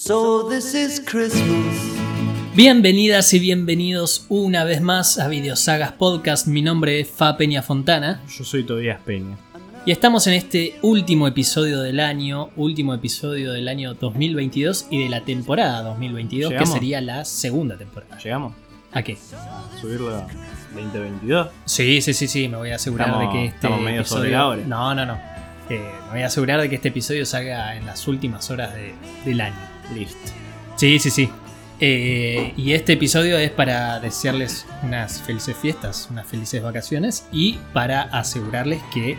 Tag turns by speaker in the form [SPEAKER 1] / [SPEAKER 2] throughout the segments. [SPEAKER 1] So this is Christmas.
[SPEAKER 2] Bienvenidas y bienvenidos una vez más a Videosagas Podcast. Mi nombre es Fa Peña Fontana
[SPEAKER 3] Yo soy Tobías Peña.
[SPEAKER 2] y estamos en este último episodio del año, último episodio del año 2022 y de la temporada 2022,
[SPEAKER 3] Llegamos.
[SPEAKER 2] que sería la segunda temporada.
[SPEAKER 3] ¿Llegamos?
[SPEAKER 2] ¿A qué?
[SPEAKER 3] ¿A subirlo a 2022?
[SPEAKER 2] Sí, sí, sí, sí, me voy a asegurar
[SPEAKER 3] Estamos-
[SPEAKER 2] de que este
[SPEAKER 3] estamos medio sobre la
[SPEAKER 2] episodio...
[SPEAKER 3] hora.
[SPEAKER 2] No, no, no. Eh, me voy a asegurar de que este episodio salga en las últimas horas de- del año.
[SPEAKER 3] Listo.
[SPEAKER 2] Sí, sí, sí. Eh, y este episodio es para desearles unas felices fiestas, unas felices vacaciones y para asegurarles que eh,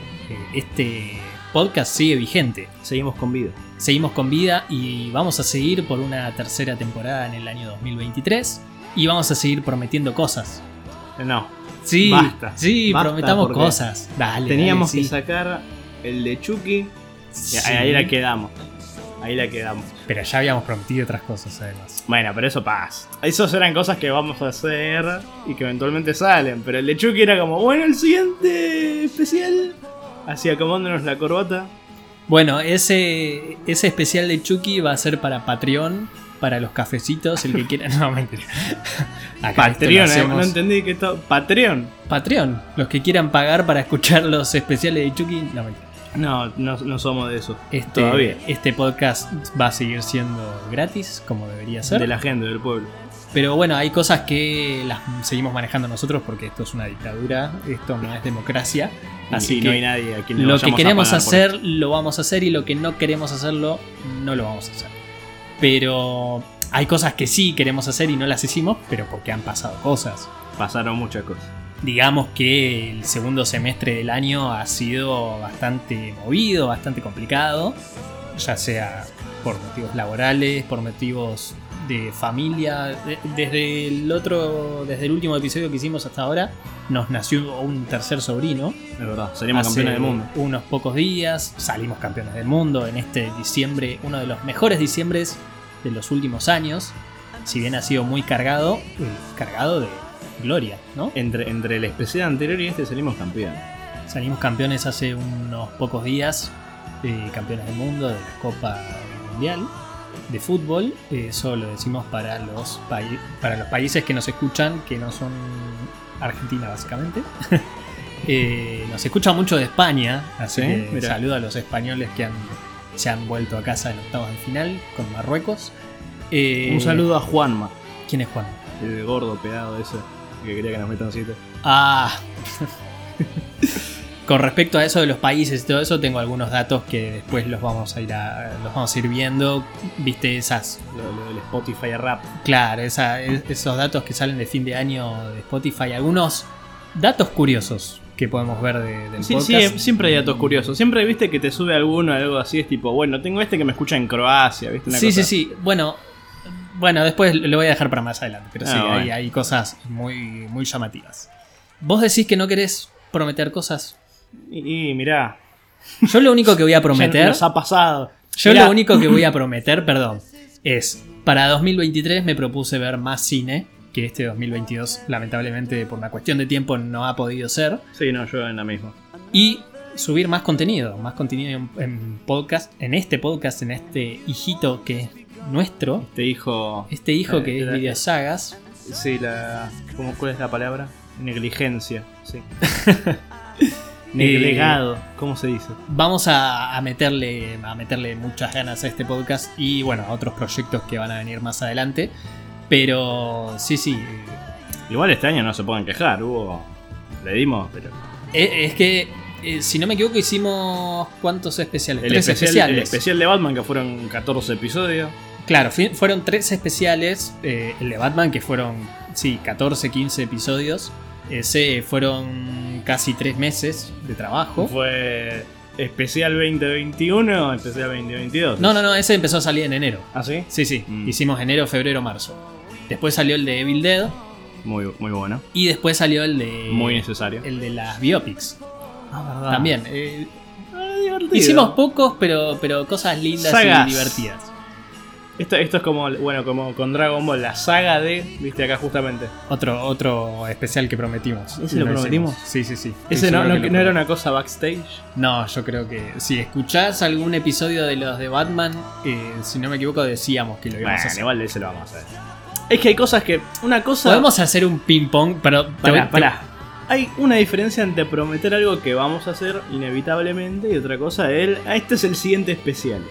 [SPEAKER 2] este podcast sigue vigente.
[SPEAKER 3] Seguimos con vida.
[SPEAKER 2] Seguimos con vida y vamos a seguir por una tercera temporada en el año 2023 y vamos a seguir prometiendo cosas.
[SPEAKER 3] No,
[SPEAKER 2] Sí,
[SPEAKER 3] Basta,
[SPEAKER 2] sí,
[SPEAKER 3] basta,
[SPEAKER 2] prometamos
[SPEAKER 3] porque
[SPEAKER 2] cosas. Dale,
[SPEAKER 3] teníamos
[SPEAKER 2] dale,
[SPEAKER 3] que
[SPEAKER 2] sí.
[SPEAKER 3] sacar el de Chucky. y
[SPEAKER 2] Sí,
[SPEAKER 3] Ahí la quedamos. Ahí la quedamos.
[SPEAKER 2] Pero ya habíamos prometido otras cosas además.
[SPEAKER 3] Bueno, pero eso pasa. Esas eran cosas que vamos a hacer y que eventualmente salen. Pero el de Chucky era como, bueno, el siguiente especial. Así acomodándonos la corbata.
[SPEAKER 2] Bueno, ese, ese especial de Chucky va a ser para Patreon, para los cafecitos, el que quiera. No, mentira. Acá esto lo
[SPEAKER 3] Patreon, eh,
[SPEAKER 2] hacemos-
[SPEAKER 3] no entendí que esto. Patreon.
[SPEAKER 2] Patreon, los que quieran pagar para escuchar los especiales de Chucky. No, mentira.
[SPEAKER 3] No, no, no somos de eso.
[SPEAKER 2] Este,
[SPEAKER 3] Todavía.
[SPEAKER 2] este podcast va a seguir siendo gratis, como debería ser.
[SPEAKER 3] De la gente, del pueblo.
[SPEAKER 2] Pero bueno, hay cosas que las seguimos manejando nosotros porque esto es una dictadura, esto no es democracia. Así
[SPEAKER 3] Así
[SPEAKER 2] que
[SPEAKER 3] no hay nadie a quien le
[SPEAKER 2] lo que
[SPEAKER 3] vayamos a
[SPEAKER 2] queremos
[SPEAKER 3] pagar por
[SPEAKER 2] hacer lo vamos a hacer y lo que no queremos hacerlo no lo vamos a hacer. Pero hay cosas que sí queremos hacer y no las hicimos, pero porque han pasado cosas.
[SPEAKER 3] pasaron muchas cosas.
[SPEAKER 2] Digamos que el segundo semestre del año ha sido bastante movido, bastante complicado, ya sea por motivos laborales, por motivos de familia. De- Desde el otro, desde el último episodio que hicimos hasta ahora, nos nació un tercer sobrino.
[SPEAKER 3] Es verdad, salimos
[SPEAKER 2] Hace
[SPEAKER 3] campeones del mundo.
[SPEAKER 2] Unos pocos días salimos campeones del mundo en este diciembre, uno de los mejores diciembres de los últimos años. Si bien ha sido muy cargado, eh, cargado de gloria, ¿no?
[SPEAKER 3] Entre, entre el especial anterior y este salimos campeones.
[SPEAKER 2] Salimos campeones hace unos pocos días, eh, campeones del mundo, de la Copa Mundial de fútbol. Eh, Eso lo decimos para los, pai- para los países que nos escuchan, que no son Argentina básicamente. Eh, nos escucha mucho de España, así
[SPEAKER 3] Sí,
[SPEAKER 2] que
[SPEAKER 3] mira.
[SPEAKER 2] saludo a los españoles que han, se han vuelto a casa en octavos de final con Marruecos. Eh,
[SPEAKER 3] Un saludo a Juanma,
[SPEAKER 2] ¿Quién es Juan?
[SPEAKER 3] el gordo pegado ese que quería que nos metan siete.
[SPEAKER 2] Ah. Con respecto a eso de los países y todo eso, tengo algunos datos que después los vamos a ir a, los vamos a ir viendo. Viste esas,
[SPEAKER 3] Lo, lo del Spotify rap.
[SPEAKER 2] claro, esa- es- esos datos que salen de fin de año de Spotify, algunos datos curiosos que podemos ver de, del
[SPEAKER 3] Sí,
[SPEAKER 2] podcast.
[SPEAKER 3] sí, eh, siempre hay datos curiosos. Siempre viste que te sube alguno, algo así, es tipo, bueno, tengo este que me escucha en Croacia, ¿viste? Una
[SPEAKER 2] Sí,
[SPEAKER 3] cosa
[SPEAKER 2] sí, sí. Bueno, bueno, después lo voy a dejar para más adelante, pero sí,
[SPEAKER 3] Ah,
[SPEAKER 2] hay,
[SPEAKER 3] bueno.
[SPEAKER 2] hay cosas muy, muy llamativas. Vos decís que no querés prometer cosas.
[SPEAKER 3] Y, y mirá,
[SPEAKER 2] Yo lo único que voy a
[SPEAKER 3] ya
[SPEAKER 2] prometer.
[SPEAKER 3] nos ha pasado.
[SPEAKER 2] Yo
[SPEAKER 3] Mirá,
[SPEAKER 2] lo único que voy a prometer, perdón, es para 2023 me propuse ver más cine, que este 2022 lamentablemente por una cuestión de tiempo no ha podido ser,
[SPEAKER 3] Sí, no, yo en la misma.
[SPEAKER 2] y subir más contenido, más contenido en, en podcast, en este podcast, en este hijito que es nuestro,
[SPEAKER 3] Te dijo.
[SPEAKER 2] este hijo
[SPEAKER 3] Eh,
[SPEAKER 2] que es
[SPEAKER 3] la-
[SPEAKER 2] Videosagas,
[SPEAKER 3] Sí, la. ¿cómo, ¿Cuál es la palabra? Negligencia, sí. Neglegado, ¿cómo se dice?
[SPEAKER 2] vamos a, a meterle, a meterle muchas ganas a este podcast y bueno, a otros proyectos que van a venir más adelante, pero sí, sí,
[SPEAKER 3] Igual este año no se pueden quejar, hubo. Le dimos, pero.
[SPEAKER 2] Eh, Es, que, eh, si no me equivoco, hicimos cuántos especiales.
[SPEAKER 3] El
[SPEAKER 2] tres
[SPEAKER 3] especial,
[SPEAKER 2] especiales.
[SPEAKER 3] el especial de Batman, que fueron 14 episodios.
[SPEAKER 2] Claro, fi- fueron tres especiales. eh, el de Batman, que fueron, sí, 14, 15 episodios. Ese eh, fueron casi tres meses de trabajo.
[SPEAKER 3] Fue especial 2021, especial 2022.
[SPEAKER 2] No, no, no, ese empezó a salir en enero.
[SPEAKER 3] ¿Ah, sí?
[SPEAKER 2] Sí, sí,
[SPEAKER 3] Mm.
[SPEAKER 2] hicimos enero, febrero, marzo. Después salió el de Evil Dead
[SPEAKER 3] Muy, muy bueno,
[SPEAKER 2] y después salió el de.
[SPEAKER 3] muy necesario.
[SPEAKER 2] Eh, el de las biopics. También. eh,
[SPEAKER 3] Ah, divertido.
[SPEAKER 2] hicimos pocos, pero, pero cosas lindas
[SPEAKER 3] Sagas.
[SPEAKER 2] y divertidas.
[SPEAKER 3] Esto, esto es como, bueno, como con Dragon Ball, la saga de, viste acá justamente.
[SPEAKER 2] Otro, otro especial que prometimos.
[SPEAKER 3] ¿Ese
[SPEAKER 2] Y
[SPEAKER 3] lo
[SPEAKER 2] hicimos.
[SPEAKER 3] prometimos?
[SPEAKER 2] Sí, sí, sí.
[SPEAKER 3] Ese
[SPEAKER 2] Estoy
[SPEAKER 3] no,
[SPEAKER 2] seguro
[SPEAKER 3] no,
[SPEAKER 2] que lo
[SPEAKER 3] no
[SPEAKER 2] prometimos.
[SPEAKER 3] era una cosa backstage.
[SPEAKER 2] No, yo creo que si escuchás algún episodio de los de Batman, eh, si no me equivoco, decíamos que lo íbamos a hacer.
[SPEAKER 3] igual de ese lo vamos a hacer. Es que hay cosas que. Una cosa.
[SPEAKER 2] Podemos hacer un ping-pong, pero. te voy-
[SPEAKER 3] Pará,
[SPEAKER 2] te-
[SPEAKER 3] pará. Hay una diferencia entre prometer algo que vamos a hacer inevitablemente y otra cosa es. "Ah, Este es el siguiente especial.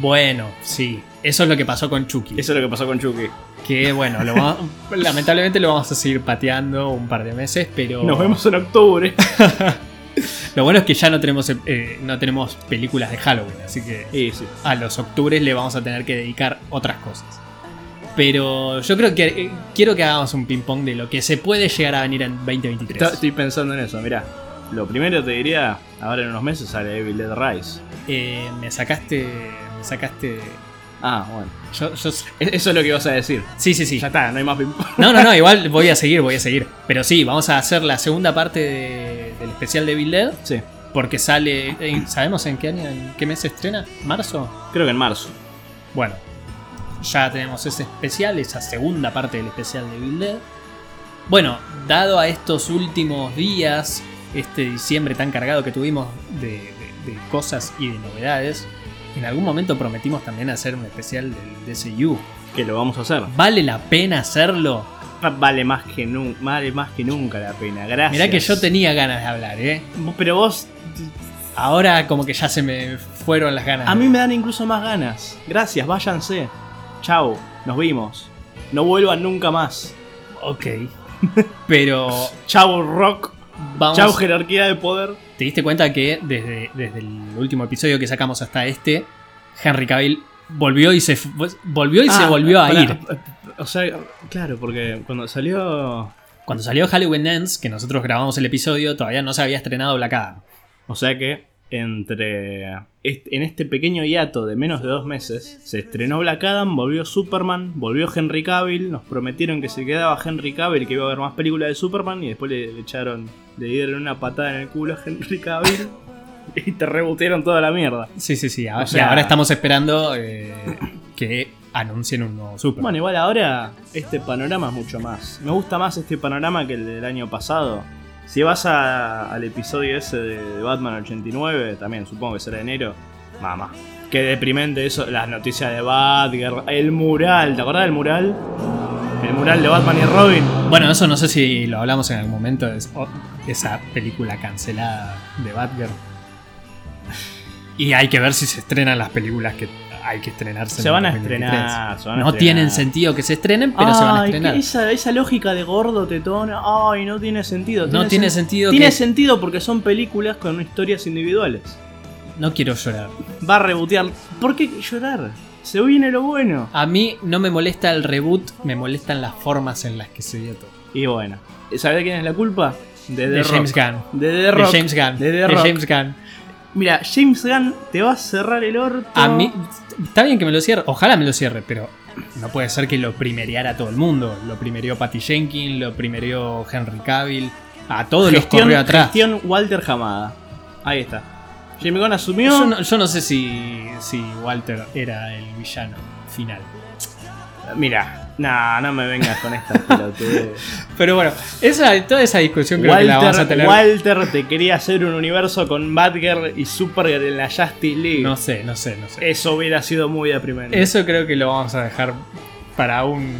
[SPEAKER 2] Bueno, sí. Eso es lo que pasó con Chucky.
[SPEAKER 3] Eso es lo que pasó con Chucky.
[SPEAKER 2] Que bueno, lo va- lamentablemente lo vamos a seguir pateando un par de meses, pero.
[SPEAKER 3] Nos vemos en octubre.
[SPEAKER 2] Lo bueno es que ya no tenemos, eh, no tenemos películas de Halloween, así que
[SPEAKER 3] y sí.
[SPEAKER 2] a los octubres le vamos a tener que dedicar otras cosas. Pero yo creo que eh, quiero que hagamos un ping-pong de lo que se puede llegar a venir en
[SPEAKER 3] Está-
[SPEAKER 2] 2023.
[SPEAKER 3] estoy pensando en eso, mirá. Lo primero te diría, ahora en unos meses sale Evil Dead Rise.
[SPEAKER 2] Eh, me sacaste. Me sacaste.
[SPEAKER 3] Ah, bueno.
[SPEAKER 2] Yo, yo-
[SPEAKER 3] E- Eso es lo que ibas a decir.
[SPEAKER 2] sí, sí, sí.
[SPEAKER 3] Ya está, no hay más ping
[SPEAKER 2] No, no, no, igual voy a seguir, voy a seguir. Pero sí, vamos a hacer la segunda parte de- del especial de Bill Dead.
[SPEAKER 3] Sí,
[SPEAKER 2] Porque sale. en- ¿Sabemos en qué año? ¿En qué mes se estrena? ¿Marzo?
[SPEAKER 3] creo que en marzo.
[SPEAKER 2] Bueno, ya tenemos ese especial, esa segunda parte del especial de Bill Dead. Bueno, dado a estos últimos días, este diciembre tan cargado que tuvimos de, de- de cosas y de novedades, en algún momento prometimos también hacer un especial del DCU.
[SPEAKER 3] Que lo vamos a hacer.
[SPEAKER 2] ¿Vale la pena hacerlo?
[SPEAKER 3] Vale más que, nu- vale más que nunca la pena, gracias.
[SPEAKER 2] Mirá que yo tenía ganas de hablar, ¿eh?
[SPEAKER 3] Vos- Pero vos.
[SPEAKER 2] Ahora como que ya se me fueron las ganas.
[SPEAKER 3] A mí me dan incluso más ganas. Gracias, váyanse. Chau, nos vimos. No vuelvan nunca más.
[SPEAKER 2] Ok. Pero
[SPEAKER 3] Chau, rock.
[SPEAKER 2] vamos...
[SPEAKER 3] Chau, jerarquía de poder.
[SPEAKER 2] ¿Te diste cuenta que desde, desde el último episodio que sacamos hasta este, Henry Cavill volvió y se fu- pues, volvió y se
[SPEAKER 3] Ah,
[SPEAKER 2] volvió a
[SPEAKER 3] pará,
[SPEAKER 2] ir?
[SPEAKER 3] O sea, claro, porque cuando salió.
[SPEAKER 2] Cuando salió Halloween Ends, que nosotros grabamos el episodio, todavía no se había estrenado Black Adam.
[SPEAKER 3] O sea que entre est- en este pequeño hiato de menos de dos meses se estrenó Black Adam, volvió Superman, volvió Henry Cavill, nos prometieron que se quedaba Henry Cavill, que iba a haber más películas de Superman y después le, le echaron, le dieron una patada en el culo a Henry Cavill y te rebotearon toda la mierda.
[SPEAKER 2] Sí, sí, sí. ahora-
[SPEAKER 3] O sea-
[SPEAKER 2] y ahora estamos esperando eh, que anuncien un nuevo Super.
[SPEAKER 3] Bueno, igual ahora este panorama es mucho más. Me gusta más este panorama que el del año pasado. Si vas a- al episodio ese de, de Batman 89, también supongo que será enero. Mamá. Qué deprimente eso, las noticias de Batgirl, el mural, ¿te acordás del mural? El mural de Batman y Robin.
[SPEAKER 2] Bueno, eso no sé si lo hablamos en algún momento, es- o- esa película cancelada de Batgirl. Y hay que ver si se estrenan las películas que hay que estrenarse. en
[SPEAKER 3] Se van a
[SPEAKER 2] 2023.
[SPEAKER 3] estrenar, se van a
[SPEAKER 2] no
[SPEAKER 3] estrenar.
[SPEAKER 2] tienen sentido que se estrenen, pero se van a
[SPEAKER 3] Ay,
[SPEAKER 2] estrenar.
[SPEAKER 3] que Esa, esa lógica de gordo, tetón, ay, no tiene sentido.
[SPEAKER 2] No tiene
[SPEAKER 3] sen-
[SPEAKER 2] sentido
[SPEAKER 3] Tiene
[SPEAKER 2] que-
[SPEAKER 3] sentido porque son películas con historias individuales.
[SPEAKER 2] No quiero llorar.
[SPEAKER 3] va a rebotear. ¿Por qué llorar? Se viene lo bueno.
[SPEAKER 2] A mí no me molesta el reboot, me molestan las formas en las que se dio todo.
[SPEAKER 3] Y bueno, ¿sabés quién es la culpa? De The
[SPEAKER 2] De
[SPEAKER 3] Rock.
[SPEAKER 2] James Gunn.
[SPEAKER 3] De The
[SPEAKER 2] De
[SPEAKER 3] Rock.
[SPEAKER 2] James Gunn.
[SPEAKER 3] De The
[SPEAKER 2] De
[SPEAKER 3] Rock.
[SPEAKER 2] James Gunn.
[SPEAKER 3] Mira, James Gunn te va a cerrar el orto.
[SPEAKER 2] A mí. Está bien que me lo cierre. Ojalá me lo cierre, pero no puede ser que lo primereara a todo el mundo. Lo primereó Patty Jenkins, lo primereó Henry Cavill. A todos los
[SPEAKER 3] Gestión,
[SPEAKER 2] corrió atrás.
[SPEAKER 3] gestión Walter Hamada. Ahí está. James Gunn asumió.
[SPEAKER 2] Yo no, yo no sé si, si Walter era el villano final.
[SPEAKER 3] Mira, no, no me vengas con esta pelotudez.
[SPEAKER 2] Pero bueno, esa, toda esa discusión creo que la vamos a
[SPEAKER 3] Walter,
[SPEAKER 2] tener.
[SPEAKER 3] Walter te quería hacer un universo con Batgirl y Supergirl en la Justice League.
[SPEAKER 2] No sé, no sé, no sé.
[SPEAKER 3] Eso hubiera sido muy deprimente.
[SPEAKER 2] Eso creo que lo vamos a dejar para un,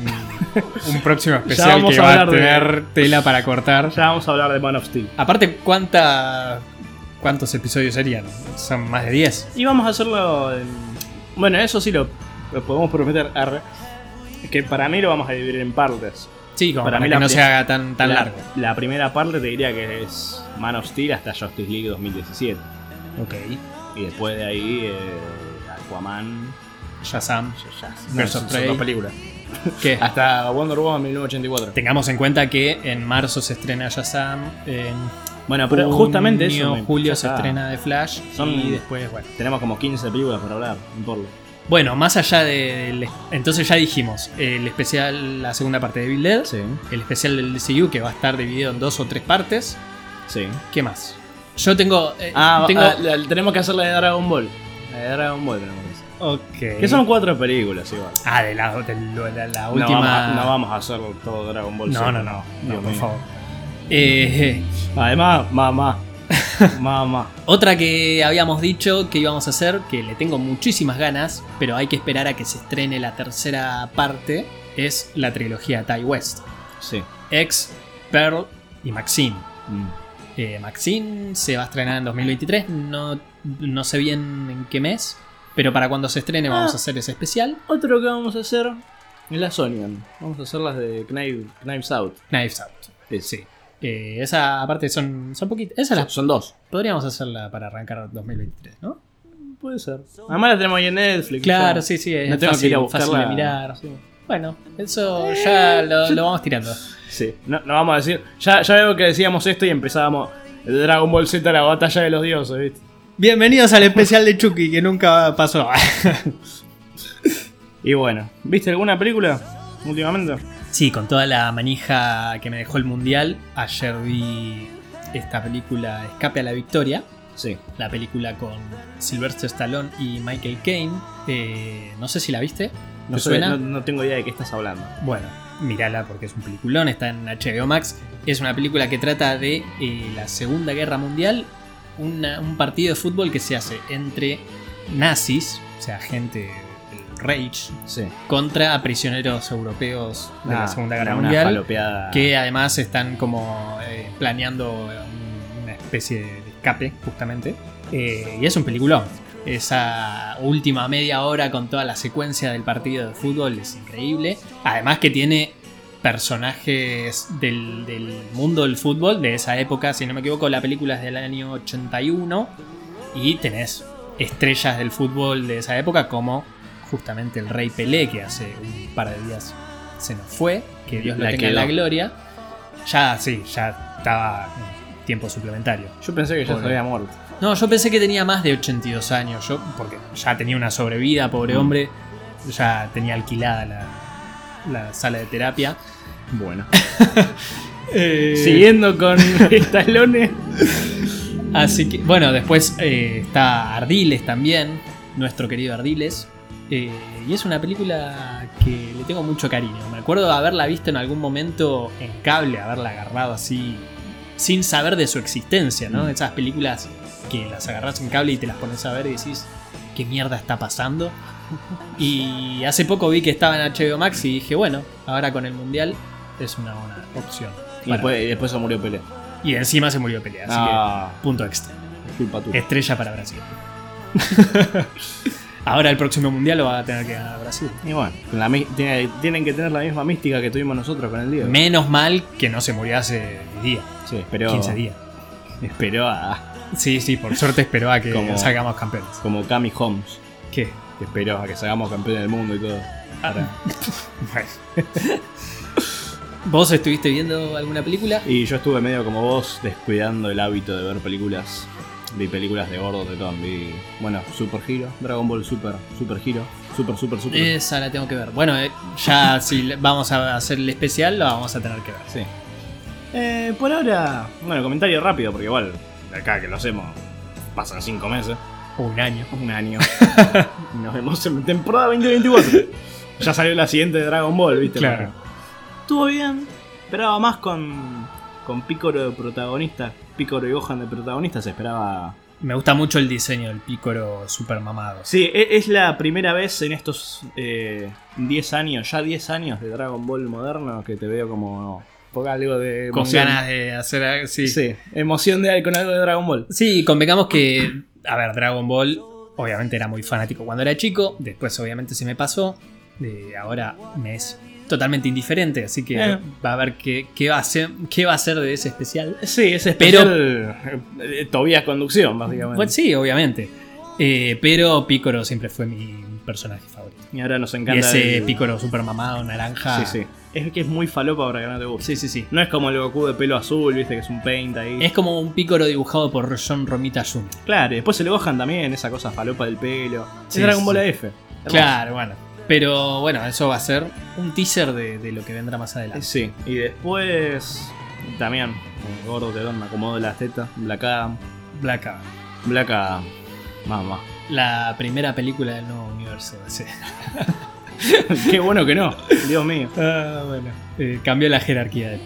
[SPEAKER 2] un próximo especial
[SPEAKER 3] vamos
[SPEAKER 2] que
[SPEAKER 3] a
[SPEAKER 2] va a
[SPEAKER 3] hablar de-
[SPEAKER 2] tener tela para cortar.
[SPEAKER 3] Ya vamos a hablar de Man of Steel.
[SPEAKER 2] Aparte, ¿cuánta, ¿cuántos episodios serían? Son más de 10.
[SPEAKER 3] Y vamos a hacerlo. en- Bueno, eso sí lo, lo podemos prometer. arre. Que para mí lo vamos a dividir en partes.
[SPEAKER 2] Sí, como
[SPEAKER 3] Para
[SPEAKER 2] para,
[SPEAKER 3] mí
[SPEAKER 2] que
[SPEAKER 3] la
[SPEAKER 2] no
[SPEAKER 3] pri-
[SPEAKER 2] se haga tan, tan
[SPEAKER 3] la,
[SPEAKER 2] largo.
[SPEAKER 3] La primera parte te diría que es Man of Steel hasta Justice League 2017.
[SPEAKER 2] Ok.
[SPEAKER 3] Y después de ahí, eh, Aquaman.
[SPEAKER 2] Shazam.
[SPEAKER 3] No,
[SPEAKER 2] Birds
[SPEAKER 3] son-
[SPEAKER 2] of
[SPEAKER 3] son
[SPEAKER 2] Prey.
[SPEAKER 3] dos películas.
[SPEAKER 2] ¿Qué?
[SPEAKER 3] Hasta Wonder Woman 1984.
[SPEAKER 2] Tengamos en cuenta que en marzo se estrena Shazam. En
[SPEAKER 3] Bueno, Ah, pero
[SPEAKER 2] junio,
[SPEAKER 3] justamente eso. me-
[SPEAKER 2] julio
[SPEAKER 3] ya
[SPEAKER 2] se
[SPEAKER 3] está.
[SPEAKER 2] estrena The Flash.
[SPEAKER 3] Son-
[SPEAKER 2] Y después, bueno.
[SPEAKER 3] Tenemos como 15 películas para hablar, no importa.
[SPEAKER 2] Bueno, más allá del. Entonces ya dijimos, el especial, la segunda parte de Bill Dead.
[SPEAKER 3] Sí,
[SPEAKER 2] el especial del DCU que va a estar dividido en dos o tres partes.
[SPEAKER 3] sí.
[SPEAKER 2] ¿Qué más? Yo tengo. eh,
[SPEAKER 3] Ah,
[SPEAKER 2] tengo
[SPEAKER 3] ah, la- tenemos que hacer la de Dragon Ball. La de Dragon Ball tenemos que hacer.
[SPEAKER 2] Ok.
[SPEAKER 3] Que son cuatro películas igual.
[SPEAKER 2] Ah, de la, de lo- la- la
[SPEAKER 3] No
[SPEAKER 2] última.
[SPEAKER 3] vamos a- No vamos a hacer todo Dragon Ball
[SPEAKER 2] No,
[SPEAKER 3] Z.
[SPEAKER 2] no, no, no,
[SPEAKER 3] Dios
[SPEAKER 2] por
[SPEAKER 3] mío.
[SPEAKER 2] favor. Eh,
[SPEAKER 3] Además, mamá. mamá.
[SPEAKER 2] otra que habíamos dicho que íbamos a hacer, que le tengo muchísimas ganas, pero hay que esperar a que se estrene la tercera parte, es la trilogía Ty West.
[SPEAKER 3] Sí.
[SPEAKER 2] Ex, Pearl y Maxine.
[SPEAKER 3] Mm.
[SPEAKER 2] Eh, Maxine se va a estrenar en 2023, no, no sé bien en qué mes, pero para cuando se estrene vamos a
[SPEAKER 3] Ah.
[SPEAKER 2] hacer ese especial.
[SPEAKER 3] Otro que vamos a hacer es las Onion. Vamos a hacer las de Knife- Knives Out.
[SPEAKER 2] Knives Out.
[SPEAKER 3] Sí.
[SPEAKER 2] Eh, esa aparte son, son poquitas. Esa
[SPEAKER 3] Son,
[SPEAKER 2] las
[SPEAKER 3] son dos.
[SPEAKER 2] podríamos hacerla para arrancar 2023, ¿no?
[SPEAKER 3] Puede ser. Además las tenemos ahí en Netflix.
[SPEAKER 2] Claro,
[SPEAKER 3] ya.
[SPEAKER 2] sí, sí, es
[SPEAKER 3] No tengo
[SPEAKER 2] fácil,
[SPEAKER 3] que ir a buscarla.
[SPEAKER 2] fácil de mirar.
[SPEAKER 3] Sí.
[SPEAKER 2] Bueno, eso ya lo, lo vamos tirando.
[SPEAKER 3] Sí. No, no vamos a decir. Ya, ya veo que decíamos esto y empezábamos. Dragon Ball Z, la batalla de los dioses, ¿viste?
[SPEAKER 2] Bienvenidos al especial de Chucky que nunca pasó.
[SPEAKER 3] Y bueno, ¿viste alguna película últimamente?
[SPEAKER 2] Sí, con toda la manija que me dejó el mundial, ayer vi esta película Escape a la Victoria,
[SPEAKER 3] Sí.
[SPEAKER 2] la película con Sylvester Stallone y Michael Caine. Eh, no sé si la viste,
[SPEAKER 3] No,
[SPEAKER 2] ¿te
[SPEAKER 3] sé,
[SPEAKER 2] suena?
[SPEAKER 3] no, no tengo idea de qué estás hablando.
[SPEAKER 2] Bueno, mirala porque es un peliculón, está en HBO Max. Es una película que trata de eh, la Segunda Guerra Mundial, una- un partido de fútbol que se hace entre nazis, o sea, gente del Reich,
[SPEAKER 3] Sí.
[SPEAKER 2] contra prisioneros europeos de la
[SPEAKER 3] Ah,
[SPEAKER 2] Segunda Guerra
[SPEAKER 3] una
[SPEAKER 2] Mundial.
[SPEAKER 3] falopeada.
[SPEAKER 2] que además están como eh, planeando un- una especie de escape, justamente. Eh, y es un peliculón. Esa última media hora con toda la secuencia del partido de fútbol es increíble. Además que tiene personajes del, del mundo del fútbol de esa época, si no me equivoco, la película es del año 81 y tenés estrellas del fútbol de esa época como justamente el Rey Pelé que hace un par de días se nos fue, que Dios lo
[SPEAKER 3] La
[SPEAKER 2] tenga en la
[SPEAKER 3] quedó.
[SPEAKER 2] gloria. Ya, sí, ya estaba en tiempo suplementario.
[SPEAKER 3] Yo pensé que ya se
[SPEAKER 2] Pobre.
[SPEAKER 3] había muerto.
[SPEAKER 2] No, yo pensé que tenía más de 82 años, yo, porque ya tenía una sobrevida, pobre
[SPEAKER 3] Mm.
[SPEAKER 2] hombre, ya tenía alquilada la, la sala de terapia.
[SPEAKER 3] Bueno.
[SPEAKER 2] Eh,
[SPEAKER 3] Siguiendo con Stallone.
[SPEAKER 2] Así que, bueno, después eh, está Ardiles también, nuestro querido Ardiles. eh, y es una película que le tengo mucho cariño. Me acuerdo de haberla visto en algún momento en cable, haberla agarrado así, sin saber de su existencia, ¿no?
[SPEAKER 3] Mm.
[SPEAKER 2] Esas películas que las agarras en cable y te las pones a ver y decís, ¿qué mierda está pasando? Y hace poco vi que estaba en HBO Max y dije, bueno, ahora con el Mundial es una buena opción.
[SPEAKER 3] Y
[SPEAKER 2] para-
[SPEAKER 3] después, y después se murió Pelé.
[SPEAKER 2] y encima se murió pelea, así
[SPEAKER 3] ah, este.
[SPEAKER 2] que punto extra.
[SPEAKER 3] es culpa tuya.
[SPEAKER 2] Estrella para Brasil. Ahora el próximo mundial lo va a tener que ganar Brasil.
[SPEAKER 3] Y bueno, con la mi- tiene- tienen que tener la misma mística que tuvimos nosotros con el Diego.
[SPEAKER 2] Menos mal que no se murió hace 10 días,
[SPEAKER 3] sí, esperó,
[SPEAKER 2] 15 días.
[SPEAKER 3] esperó a,
[SPEAKER 2] Sí, sí, por suerte esperó a que
[SPEAKER 3] Como-
[SPEAKER 2] salgamos campeones.
[SPEAKER 3] como Cami Holmes,
[SPEAKER 2] ¿Qué?
[SPEAKER 3] que esperó a que salgamos campeón del mundo y todo.
[SPEAKER 2] Ah.
[SPEAKER 3] Ahora-
[SPEAKER 2] ¿Vos estuviste viendo alguna película?
[SPEAKER 3] Y yo estuve medio como vos, descuidando el hábito de ver películas. Vi películas de gordos de Tom, vi, bueno, Super Hero, Dragon Ball Super, Super Hero, Super, Super, Super.
[SPEAKER 2] Esa la tengo que ver. Bueno, eh, ya si le- vamos a hacer el especial, lo vamos a tener que ver.
[SPEAKER 3] Sí. Eh, por ahora, bueno, comentario rápido, porque igual, de acá que lo hacemos, pasan cinco meses.
[SPEAKER 2] O un año.
[SPEAKER 3] Un año. Nos vemos en temporada 2024. Ya salió la siguiente de Dragon Ball, ¿viste?
[SPEAKER 2] Claro.
[SPEAKER 3] Estuvo bien. Esperaba más con, con Picoro de protagonista. Picoro y Gohan de protagonistas. Esperaba.
[SPEAKER 2] Me gusta mucho el diseño del pícoro super mamado.
[SPEAKER 3] Sí, e- es la primera vez en estos eh, 10 años, ya 10 años de Dragon Ball moderno que te veo como. Con algo de.
[SPEAKER 2] Con
[SPEAKER 3] emoción.
[SPEAKER 2] ganas de hacer... algo-
[SPEAKER 3] Sí. emoción de, con algo de Dragon Ball.
[SPEAKER 2] Sí, convengamos que, a ver, Dragon Ball, obviamente era muy fanático cuando era chico, después obviamente se me pasó, eh, ahora me es totalmente indiferente, así que
[SPEAKER 3] Eh.
[SPEAKER 2] va a ver qué, qué va a ser, qué va a ser de ese especial.
[SPEAKER 3] Sí, es
[SPEAKER 2] Pero-
[SPEAKER 3] especial. eh, eh, Tobías Conducción, básicamente.
[SPEAKER 2] Pues sí, obviamente. Eh, pero Piccolo siempre fue mi personaje favorito.
[SPEAKER 3] Y ahora nos encanta.
[SPEAKER 2] Y ese
[SPEAKER 3] el-
[SPEAKER 2] Piccolo super mamado, naranja.
[SPEAKER 3] Sí, sí. Es que es muy falopa para que no te guste.
[SPEAKER 2] sí, sí, sí.
[SPEAKER 3] No es como el Goku de pelo azul, viste, que es un paint ahí.
[SPEAKER 2] Es como un Piccolo dibujado por John Romita Jr.
[SPEAKER 3] Claro, y después el Gohan también, esa cosa falopa del pelo.
[SPEAKER 2] Sí,
[SPEAKER 3] es Dragon
[SPEAKER 2] sí.
[SPEAKER 3] Ball F.
[SPEAKER 2] Claro, bueno. Pero bueno, eso va a ser un teaser de, de lo que vendrá más adelante.
[SPEAKER 3] Eh, Sí. Y después. También. un Gordo de don, me acomodo las tetas. Black Adam.
[SPEAKER 2] Black Adam.
[SPEAKER 3] Black Adam. Mamá.
[SPEAKER 2] la primera película del nuevo universo. ese.
[SPEAKER 3] Qué bueno que no, Dios mío.
[SPEAKER 2] Ah, bueno. Eh, cambió la jerarquía del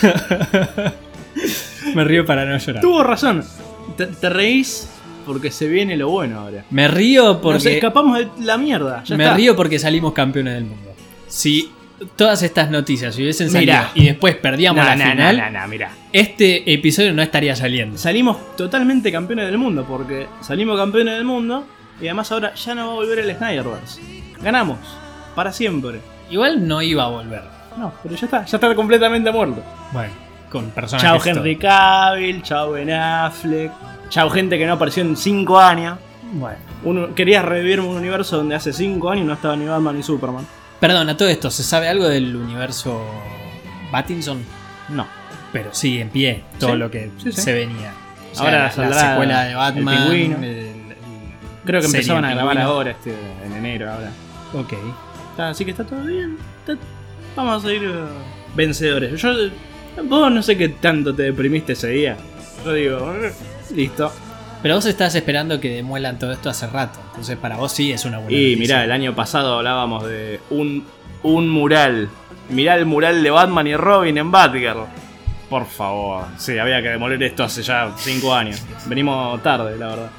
[SPEAKER 2] poder. Me río para no llorar.
[SPEAKER 3] Tuvo razón. Te, te reís porque se viene lo bueno ahora.
[SPEAKER 2] Me río
[SPEAKER 3] Nos
[SPEAKER 2] porque.
[SPEAKER 3] escapamos de la mierda. Ya
[SPEAKER 2] me
[SPEAKER 3] está.
[SPEAKER 2] río porque salimos campeones del mundo. Si todas estas noticias hubiesen salido
[SPEAKER 3] Mirá.
[SPEAKER 2] y después perdíamos
[SPEAKER 3] No,
[SPEAKER 2] la
[SPEAKER 3] no,
[SPEAKER 2] final,
[SPEAKER 3] no, no, no, mirá.
[SPEAKER 2] este episodio no estaría saliendo.
[SPEAKER 3] Salimos totalmente campeones del mundo porque salimos campeones del mundo y además ahora ya no va a volver el Snyderverse. Ganamos. Para siempre.
[SPEAKER 2] Igual no iba a volver.
[SPEAKER 3] No, pero ya está. Ya está completamente muerto.
[SPEAKER 2] Bueno, con personas.
[SPEAKER 3] Chao Henry Cavill, chao Ben Affleck, chao gente que no apareció en 5 años.
[SPEAKER 2] Bueno.
[SPEAKER 3] Uno, querías revivir un universo donde hace 5 años no estaba ni Batman ni Superman.
[SPEAKER 2] Perdón, a todo esto, ¿se sabe algo del universo Battinson?
[SPEAKER 3] No.
[SPEAKER 2] Pero sí, en pie, todo
[SPEAKER 3] Sí,
[SPEAKER 2] lo que
[SPEAKER 3] sí, sí.
[SPEAKER 2] se venía. O sea,
[SPEAKER 3] Ahora
[SPEAKER 2] la- la,
[SPEAKER 3] saldrá
[SPEAKER 2] secuela de
[SPEAKER 3] el
[SPEAKER 2] Batman.
[SPEAKER 3] pingüino.
[SPEAKER 2] el-
[SPEAKER 3] Creo que
[SPEAKER 2] serie
[SPEAKER 3] empezaban a
[SPEAKER 2] del
[SPEAKER 3] grabar
[SPEAKER 2] pingüino.
[SPEAKER 3] ahora, este, en enero ahora.
[SPEAKER 2] Ok.
[SPEAKER 3] Está- así que está todo bien. Está- vamos a ir eh, vencedores. Yo, vos no sé qué tanto te deprimiste ese día. Yo digo, eh, listo.
[SPEAKER 2] Pero vos estás esperando que demuelan todo esto hace rato. Entonces, para vos sí es una buena
[SPEAKER 3] Y
[SPEAKER 2] noticia.
[SPEAKER 3] mirá, el año pasado hablábamos de un, un mural. Mirá el mural de Batman y Robin en Batgirl. Por favor. Sí, había que demoler esto hace ya 5 años. Venimos tarde, la verdad.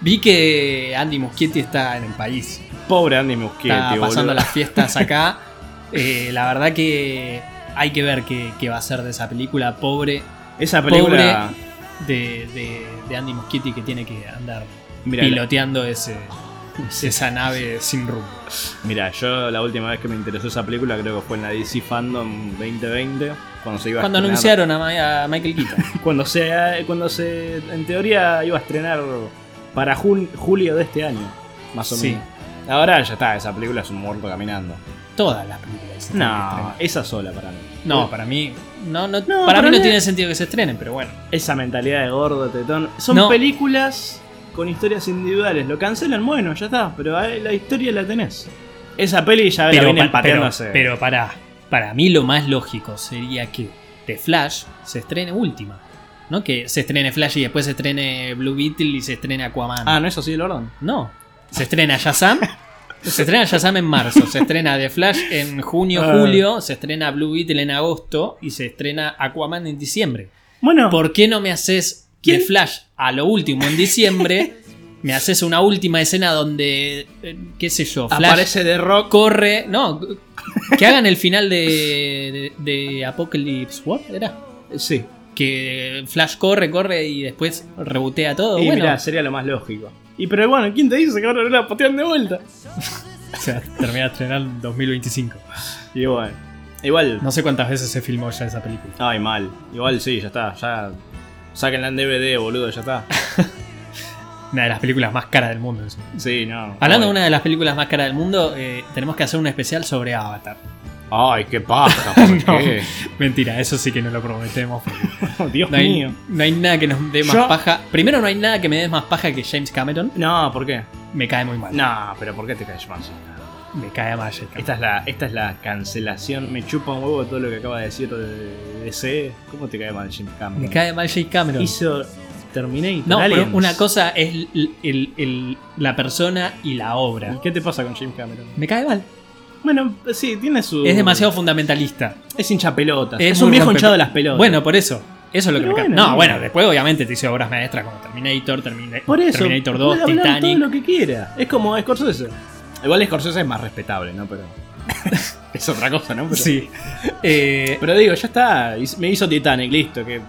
[SPEAKER 2] Vi que Andy Muschietti está en el país.
[SPEAKER 3] Pobre Andy Muschietti,
[SPEAKER 2] está
[SPEAKER 3] boludo.
[SPEAKER 2] pasando las fiestas acá. Eh, la verdad que hay que ver qué, qué va a ser de esa película pobre
[SPEAKER 3] Esa película...
[SPEAKER 2] de, de- de Andy Muschietti que tiene que andar
[SPEAKER 3] Mirá, la-
[SPEAKER 2] piloteando ese, esa nave sin rumbo.
[SPEAKER 3] Mira, yo la última vez que me interesó esa película creo que fue en la DC Fandom 2020, cuando se iba a
[SPEAKER 2] Cuando
[SPEAKER 3] estrenar-
[SPEAKER 2] anunciaron a, Ma- a Michael Keaton.
[SPEAKER 3] Cuando se, cuando se, en teoría iba a estrenar para jun- julio de este año, más o
[SPEAKER 2] Sí.
[SPEAKER 3] menos. Ahora ya está, esa película es un muerto caminando.
[SPEAKER 2] Todas las películas. se tienen que
[SPEAKER 3] No,
[SPEAKER 2] estrenar.
[SPEAKER 3] esa sola para mí.
[SPEAKER 2] No, para mí. No, no,
[SPEAKER 3] No,
[SPEAKER 2] para mí
[SPEAKER 3] para
[SPEAKER 2] no
[SPEAKER 3] mí-
[SPEAKER 2] tiene sentido que se estrenen, pero bueno.
[SPEAKER 3] Esa mentalidad de gordo, tetón. Son
[SPEAKER 2] No.
[SPEAKER 3] películas con historias individuales. Lo cancelan, bueno, ya está, pero ahí la historia la tenés. Esa peli ya la vienen
[SPEAKER 2] pa-
[SPEAKER 3] pateando hace-
[SPEAKER 2] pero para, para mí lo más lógico sería que The Flash se estrene última. No que se estrene Flash y después se estrene Blue Beetle y se estrene Aquaman.
[SPEAKER 3] Ah, ¿no es así el orden?
[SPEAKER 2] No. Se estrena Shazam. Se estrena Shazam en marzo, se estrena The Flash en junio,
[SPEAKER 3] Ah.
[SPEAKER 2] julio, se estrena Blue Beetle en agosto y se estrena Aquaman en diciembre.
[SPEAKER 3] Bueno,
[SPEAKER 2] ¿Por qué no me haces
[SPEAKER 3] ¿Quién?
[SPEAKER 2] The Flash a lo último en diciembre? me haces una última escena donde, eh, qué sé yo, Flash
[SPEAKER 3] aparece de Rock
[SPEAKER 2] corre. No, que hagan el final de, de, de Apocalypse War, ¿era?
[SPEAKER 3] Sí.
[SPEAKER 2] Que Flash corre, corre y después rebotea todo.
[SPEAKER 3] y
[SPEAKER 2] bueno,
[SPEAKER 3] mirá, sería lo más lógico. Y pero bueno, ¿quién te dice que ahora no la patean de vuelta?
[SPEAKER 2] se va a terminar de estrenar en 2025.
[SPEAKER 3] Y bueno. Igual.
[SPEAKER 2] No sé cuántas veces se filmó ya esa película.
[SPEAKER 3] Ay, mal. Igual sí, ya está. Ya. Sáquenla en DVD, boludo, ya está.
[SPEAKER 2] Una de las películas más caras del mundo. eso.
[SPEAKER 3] Sí, no.
[SPEAKER 2] Hablando de
[SPEAKER 3] Ay.
[SPEAKER 2] una de las películas más caras del mundo, eh, tenemos que hacer un especial sobre Avatar.
[SPEAKER 3] Ay, qué paja. ¿por
[SPEAKER 2] No.
[SPEAKER 3] qué?
[SPEAKER 2] Mentira, eso sí que no lo prometemos. porque
[SPEAKER 3] Dios
[SPEAKER 2] No hay,
[SPEAKER 3] mío.
[SPEAKER 2] no hay nada que nos dé más
[SPEAKER 3] Yo-
[SPEAKER 2] paja. Primero, no hay nada que me dé más paja que James Cameron.
[SPEAKER 3] No, ¿por qué?
[SPEAKER 2] Me cae muy mal.
[SPEAKER 3] No, pero ¿por qué te caes mal?
[SPEAKER 2] Me cae mal James Cameron.
[SPEAKER 3] Esta es, la, esta es la cancelación. Me chupa un huevo todo lo que acaba de decir de DC. ¿Cómo te cae mal Jim Cameron?
[SPEAKER 2] Me cae mal James Cameron.
[SPEAKER 3] Hizo Terminator.
[SPEAKER 2] No, pero
[SPEAKER 3] Aliens.
[SPEAKER 2] una cosa es l- el- el- la persona y la obra.
[SPEAKER 3] ¿Qué te pasa con Jim Cameron?
[SPEAKER 2] Me cae mal.
[SPEAKER 3] Bueno, sí, tiene su.
[SPEAKER 2] Es demasiado fundamentalista.
[SPEAKER 3] Es hincha pelota. Es,
[SPEAKER 2] muy
[SPEAKER 3] un viejo
[SPEAKER 2] rompe-
[SPEAKER 3] hinchado de las pelotas.
[SPEAKER 2] Bueno, por eso. Eso es lo que
[SPEAKER 3] Pero
[SPEAKER 2] me cae.
[SPEAKER 3] bueno,
[SPEAKER 2] no,
[SPEAKER 3] no.
[SPEAKER 2] bueno, después obviamente te hice obras maestras como Terminator, Termina-
[SPEAKER 3] por eso.
[SPEAKER 2] Terminator
[SPEAKER 3] puede
[SPEAKER 2] 2,
[SPEAKER 3] hablar
[SPEAKER 2] Titanic.
[SPEAKER 3] todo lo que quiera. Es como Scorsese. Igual Scorsese es más respetable, ¿no? Pero. es otra cosa, ¿no? Pero,
[SPEAKER 2] Sí. Eh,
[SPEAKER 3] Pero digo, ya está. hiz- Me hizo Titanic, listo. Que.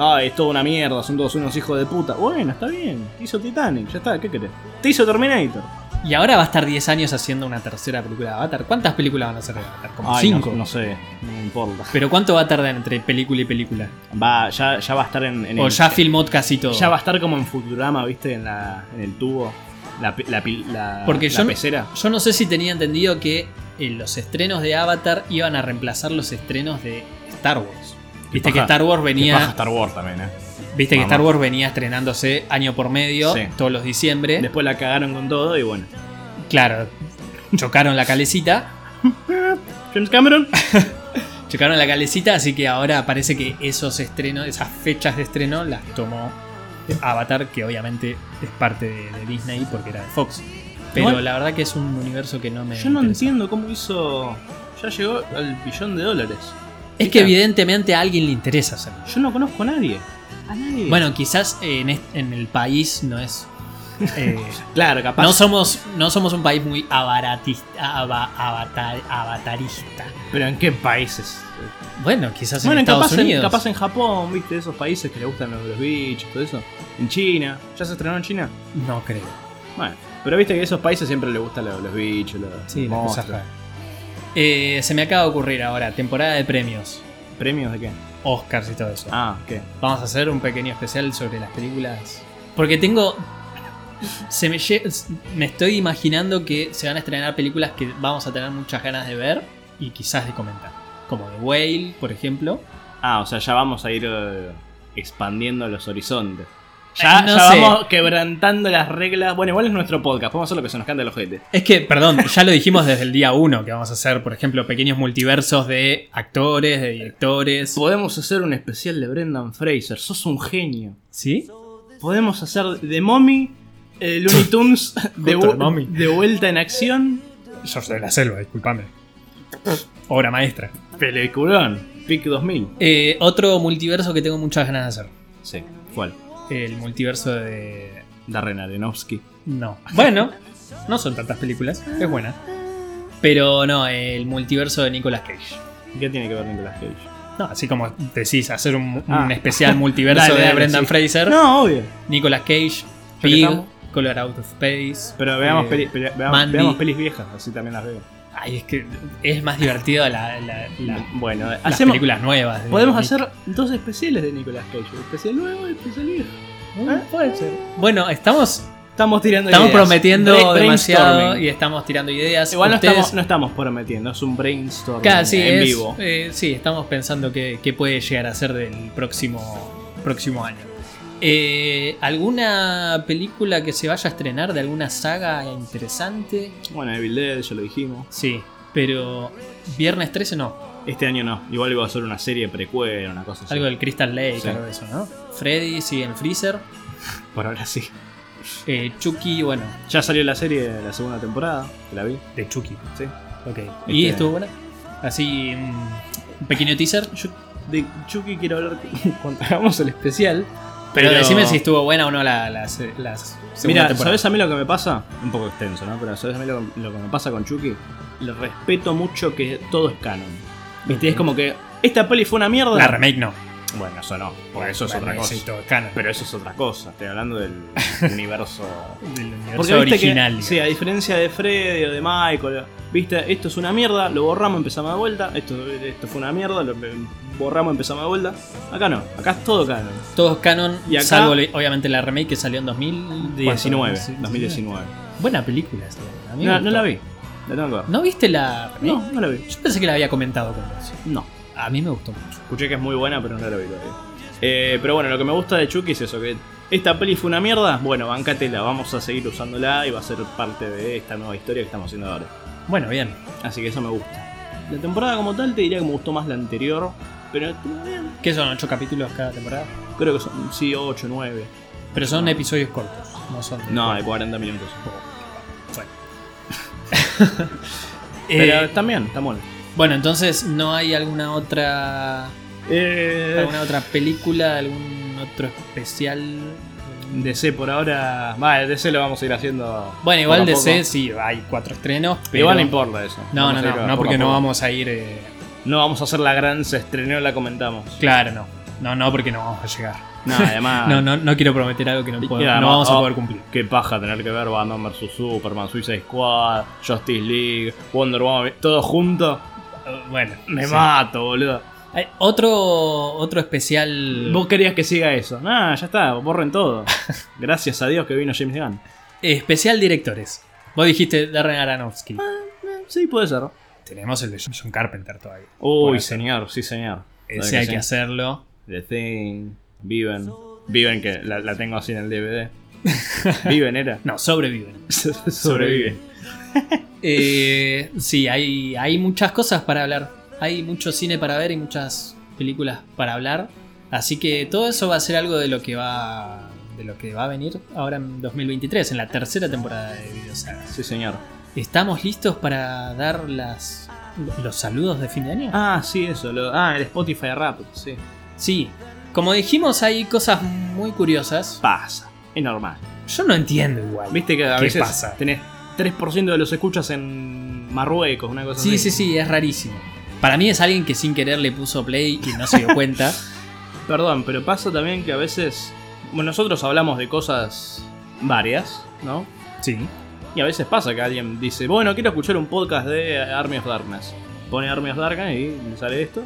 [SPEAKER 3] Ay, es toda una mierda, son todos unos hijos de puta. Bueno, está bien. Hizo Titanic, ya está, ¿qué querés? Te hizo Terminator.
[SPEAKER 2] y ahora va a estar 10 años haciendo una tercera película de Avatar. ¿Cuántas películas van a hacer de Avatar? Como
[SPEAKER 3] Ay,
[SPEAKER 2] 5.
[SPEAKER 3] No, no sé, no me importa.
[SPEAKER 2] Pero ¿cuánto va a tardar entre película y película?
[SPEAKER 3] Va, ya, ya va a estar en. en
[SPEAKER 2] O
[SPEAKER 3] el-
[SPEAKER 2] ya filmó casi todo.
[SPEAKER 3] Ya va a estar como en Futurama, ¿viste? En, la, en el tubo. La, pe- la, pil- la-
[SPEAKER 2] Porque
[SPEAKER 3] la
[SPEAKER 2] yo no-
[SPEAKER 3] pecera.
[SPEAKER 2] Yo no sé si tenía entendido que eh, los estrenos de Avatar iban a reemplazar los estrenos de Star Wars. Viste que
[SPEAKER 3] paja-
[SPEAKER 2] Star Wars
[SPEAKER 3] Que paja
[SPEAKER 2] venía.
[SPEAKER 3] Star Wars también, ¿eh?
[SPEAKER 2] Viste que
[SPEAKER 3] Vamos.
[SPEAKER 2] Star Wars venía estrenándose año por medio,
[SPEAKER 3] Sí.
[SPEAKER 2] todos los diciembre.
[SPEAKER 3] Después la cagaron con todo y bueno.
[SPEAKER 2] Claro, chocaron la calecita.
[SPEAKER 3] James
[SPEAKER 2] Eh,
[SPEAKER 3] Cameron.
[SPEAKER 2] Chocaron la calecita, así que ahora parece que esos estrenos, esas fechas de estreno las tomó Avatar, que obviamente es parte de, de Disney porque era de Fox. Pero
[SPEAKER 3] Igual-
[SPEAKER 2] la verdad que es un universo que no me.
[SPEAKER 3] Yo no
[SPEAKER 2] interesa.
[SPEAKER 3] entiendo cómo hizo. Ya llegó al billón de dólares.
[SPEAKER 2] Es que evidentemente a alguien le interesa hacerlo.
[SPEAKER 3] Yo no conozco a nadie. A nadie.
[SPEAKER 2] Bueno, quizás en, est- en el país no es. eh,
[SPEAKER 3] claro, capaz.
[SPEAKER 2] no, somos, no somos un país muy avaratista, ava- avatar- avatarista.
[SPEAKER 3] Pero en qué países.
[SPEAKER 2] Bueno, quizás en
[SPEAKER 3] Bueno,
[SPEAKER 2] Estados
[SPEAKER 3] capaz en,
[SPEAKER 2] Unidos.
[SPEAKER 3] capaz en Japón, viste, esos países que le gustan los, los bichos, todo eso. En China. ¿Ya se estrenó en China?
[SPEAKER 2] No creo.
[SPEAKER 3] Bueno. Pero viste que a esos países siempre les gustan los, los bichos, los
[SPEAKER 2] Sí, las
[SPEAKER 3] monstruos.
[SPEAKER 2] cosas raras. Eh, se me acaba de ocurrir ahora, temporada de premios,
[SPEAKER 3] ¿Premios de qué?
[SPEAKER 2] Oscars y todo eso.
[SPEAKER 3] Ah, ¿qué?
[SPEAKER 2] Vamos a hacer un pequeño especial sobre las películas. Porque tengo. Se me, lle- me estoy imaginando que se van a estrenar películas que vamos a tener muchas ganas de ver y quizás de comentar. Como The Whale, por ejemplo.
[SPEAKER 3] Ah, o sea, ya vamos a ir eh, expandiendo los horizontes. Ya,
[SPEAKER 2] no
[SPEAKER 3] ya
[SPEAKER 2] sé.
[SPEAKER 3] vamos quebrantando las reglas. Bueno, igual es nuestro podcast, podemos hacer lo que se nos cante los ojete.
[SPEAKER 2] Es que, perdón, ya lo dijimos desde el día uno que vamos a hacer, por ejemplo, pequeños multiversos de actores, de directores.
[SPEAKER 3] Podemos hacer un especial de Brendan Fraser, sos un genio.
[SPEAKER 2] ¿Sí?
[SPEAKER 3] Podemos hacer de Mommy, eh, Looney Tunes de,
[SPEAKER 2] Justo de
[SPEAKER 3] vu-
[SPEAKER 2] Mommy.
[SPEAKER 3] de vuelta en acción,
[SPEAKER 2] Yo soy de la selva, discúlpame. Obra maestra.
[SPEAKER 3] peliculón, PIC 2000.
[SPEAKER 2] Eh, otro multiverso que tengo muchas ganas de hacer.
[SPEAKER 3] Sí, ¿cuál?
[SPEAKER 2] El multiverso de
[SPEAKER 3] Darren Aronofsky.
[SPEAKER 2] No. Bueno, no son tantas películas, es buena. Pero no, el multiverso de Nicolas Cage.
[SPEAKER 3] ¿Qué tiene que ver Nicolas Cage?
[SPEAKER 2] No, así como decís, hacer un, un
[SPEAKER 3] Ah.
[SPEAKER 2] especial multiverso
[SPEAKER 3] Dale,
[SPEAKER 2] de
[SPEAKER 3] dale,
[SPEAKER 2] Brendan
[SPEAKER 3] sí.
[SPEAKER 2] Fraser,
[SPEAKER 3] No, obvio.
[SPEAKER 2] Nicolas Cage,
[SPEAKER 3] que
[SPEAKER 2] Pig,
[SPEAKER 3] estamos.
[SPEAKER 2] Color Out of Space.
[SPEAKER 3] Pero veamos,
[SPEAKER 2] eh,
[SPEAKER 3] peli- peli- veamos,
[SPEAKER 2] Mandy.
[SPEAKER 3] veamos pelis viejas, así también las veo.
[SPEAKER 2] Ay, es que es más divertido la, la- la-
[SPEAKER 3] bueno,
[SPEAKER 2] las
[SPEAKER 3] hacemos,
[SPEAKER 2] películas nuevas. de
[SPEAKER 3] Podemos
[SPEAKER 2] Nick.
[SPEAKER 3] hacer dos especiales de Nicolas Cage, especial nuevo y especial viejo. ¿Eh? Puede ser.
[SPEAKER 2] Bueno, estamos,
[SPEAKER 3] Estamos tirando
[SPEAKER 2] estamos
[SPEAKER 3] ideas.
[SPEAKER 2] prometiendo
[SPEAKER 3] Bre-
[SPEAKER 2] demasiado
[SPEAKER 3] brainstorming.
[SPEAKER 2] y estamos tirando ideas.
[SPEAKER 3] Igual no
[SPEAKER 2] Ustedes-
[SPEAKER 3] estamos, no estamos prometiendo, es un brainstorming
[SPEAKER 2] Claro, sí,
[SPEAKER 3] en
[SPEAKER 2] es,
[SPEAKER 3] vivo.
[SPEAKER 2] eh, sí, estamos pensando qué, qué puede llegar a ser del próximo, próximo año. Eh, ¿Alguna película que se vaya a estrenar de alguna saga interesante?
[SPEAKER 3] Bueno, Evil Dead, ya lo dijimos.
[SPEAKER 2] Sí, pero viernes 13 no.
[SPEAKER 3] Este año no, igual iba a ser una serie precuela, una cosa así.
[SPEAKER 2] Algo del Crystal Lake,
[SPEAKER 3] Sí.
[SPEAKER 2] algo de eso, ¿no? Freddy sigue en Freezer.
[SPEAKER 3] Por ahora sí.
[SPEAKER 2] Eh, Chucky, bueno,
[SPEAKER 3] Ya salió la serie de la segunda temporada, que la vi.
[SPEAKER 2] de Chucky.
[SPEAKER 3] Sí.
[SPEAKER 2] Ok. ¿Y
[SPEAKER 3] Este-
[SPEAKER 2] estuvo buena? Así, un un pequeño teaser.
[SPEAKER 3] Yo de Chucky quiero hablar cuando hagamos el especial.
[SPEAKER 2] Pero, decime si estuvo buena o no la, la, se- la segunda
[SPEAKER 3] Mira,
[SPEAKER 2] temporada.
[SPEAKER 3] ¿sabes a mí lo que me pasa? Un poco extenso, ¿no? Pero ¿sabes a mí lo, lo que me pasa con Chucky? Le respeto mucho que todo es canon. ¿Viste? Es como que esta peli fue una mierda.
[SPEAKER 2] La remake no.
[SPEAKER 3] Bueno, eso no, porque eso es
[SPEAKER 2] Bueno,
[SPEAKER 3] otra cosa.
[SPEAKER 2] sí, todo es canon.
[SPEAKER 3] Pero eso es otra cosa, estoy hablando del universo.
[SPEAKER 2] del universo
[SPEAKER 3] Porque viste
[SPEAKER 2] original.
[SPEAKER 3] que,
[SPEAKER 2] digamos.
[SPEAKER 3] sí, a diferencia de Freddy o de Michael, viste, esto es una mierda, lo borramos, empezamos de vuelta, esto, esto fue una mierda, lo em, borramos, empezamos de vuelta. Acá no, acá es todo canon.
[SPEAKER 2] Todos canon,
[SPEAKER 3] Y acá-
[SPEAKER 2] salvo le- obviamente la remake que salió en 2019.
[SPEAKER 3] 19, 2019.
[SPEAKER 2] Buena película esa. a mí me
[SPEAKER 3] No,
[SPEAKER 2] gustó.
[SPEAKER 3] no la vi, la tengo que ver.
[SPEAKER 2] ¿No viste la remake?
[SPEAKER 3] No, no la vi.
[SPEAKER 2] Yo pensé que la había comentado con vos.
[SPEAKER 3] No.
[SPEAKER 2] A mí me gustó mucho.
[SPEAKER 3] Escuché que es muy buena, pero no la vi todavía. Eh, pero bueno, lo que me gusta de Chucky es eso, que esta peli fue una mierda, bueno, bancatela, vamos a seguir usándola y va a ser parte de esta nueva historia que estamos haciendo ahora.
[SPEAKER 2] Bueno, bien.
[SPEAKER 3] Así que eso me gusta. La temporada como tal te diría que me gustó más la anterior, pero eh,
[SPEAKER 2] ¿Qué son? ¿Ocho capítulos cada temporada?
[SPEAKER 3] creo que son, sí, 8, 9.
[SPEAKER 2] Pero son episodios cortos. No son. de-
[SPEAKER 3] No, de 40 minutos.
[SPEAKER 2] Bueno.
[SPEAKER 3] Pero
[SPEAKER 2] Eh,
[SPEAKER 3] también, está bueno.
[SPEAKER 2] bueno, entonces, ¿no hay alguna otra.
[SPEAKER 3] Eh,
[SPEAKER 2] alguna otra película? ¿Algún otro especial?
[SPEAKER 3] DC por ahora... Va, DC lo vamos a ir haciendo...
[SPEAKER 2] Bueno, igual
[SPEAKER 3] poco a
[SPEAKER 2] DC
[SPEAKER 3] poco.
[SPEAKER 2] sí, hay cuatro estrenos. Pero...
[SPEAKER 3] Igual no importa eso.
[SPEAKER 2] No, no,
[SPEAKER 3] Vamos a
[SPEAKER 2] no,
[SPEAKER 3] ir a
[SPEAKER 2] no,
[SPEAKER 3] poco a
[SPEAKER 2] porque no
[SPEAKER 3] poco.
[SPEAKER 2] vamos a ir. eh,
[SPEAKER 3] No vamos a hacer la gran se estrenó, la comentamos.
[SPEAKER 2] Claro, no. No, no, porque no vamos a llegar.
[SPEAKER 3] No, además...
[SPEAKER 2] No, no, no quiero prometer algo que no,
[SPEAKER 3] Ah. Y
[SPEAKER 2] puedo-
[SPEAKER 3] además,
[SPEAKER 2] no vamos a
[SPEAKER 3] oh,
[SPEAKER 2] poder cumplir.
[SPEAKER 3] Qué paja tener que ver Batman vs Superman, Suicide Squad, Justice League, Wonder Woman, todo junto.
[SPEAKER 2] Bueno,
[SPEAKER 3] Me
[SPEAKER 2] sí.
[SPEAKER 3] mato, boludo.
[SPEAKER 2] Hay Otro, otro especial.
[SPEAKER 3] Vos querías que siga eso. Nah, ya está, borren todo. Gracias a Dios que vino James Gunn.
[SPEAKER 2] eh, especial directores. Vos dijiste Darren Aronofsky.
[SPEAKER 3] Eh, Sí, puede ser.
[SPEAKER 2] Tenemos el de John Carpenter todavía. Por
[SPEAKER 3] Uy,
[SPEAKER 2] hacer.
[SPEAKER 3] señor, sí, señor.
[SPEAKER 2] Ese
[SPEAKER 3] ¿Sabés
[SPEAKER 2] hay
[SPEAKER 3] que
[SPEAKER 2] que
[SPEAKER 3] sí?
[SPEAKER 2] hacerlo.
[SPEAKER 3] The Thing, Viven. Viven, que la, la tengo así en el DVD. Viven era.
[SPEAKER 2] No, sobreviven.
[SPEAKER 3] Sobrevive.
[SPEAKER 2] Eh, sí, hay, hay muchas cosas para hablar. Hay mucho cine para ver y muchas películas para hablar. Así que todo eso va a ser algo de lo que va de lo que va a venir ahora en 2023, en la tercera temporada de Videosagas.
[SPEAKER 3] Sí, señor.
[SPEAKER 2] ¿Estamos listos para dar las, los saludos de fin de año?
[SPEAKER 3] Ah, sí, eso. lo- ah, el Spotify Rap, sí.
[SPEAKER 2] Sí. Como dijimos, hay cosas muy curiosas.
[SPEAKER 3] Pasa, es normal.
[SPEAKER 2] Yo no entiendo igual.
[SPEAKER 3] Viste que a
[SPEAKER 2] ¿Qué
[SPEAKER 3] veces
[SPEAKER 2] pasa?
[SPEAKER 3] tenés 3% de los escuchas en Marruecos, una cosa
[SPEAKER 2] Sí,
[SPEAKER 3] así.
[SPEAKER 2] sí, sí, es rarísimo. Para mí es alguien que sin querer le puso play y no se dio cuenta.
[SPEAKER 3] Perdón, pero pasa también que a veces. Bueno, nosotros hablamos de cosas varias, ¿no?
[SPEAKER 2] Sí.
[SPEAKER 3] Y a veces pasa que alguien dice, bueno, quiero escuchar un podcast de Army of Darkness. Pone Army of Darkness y le sale esto.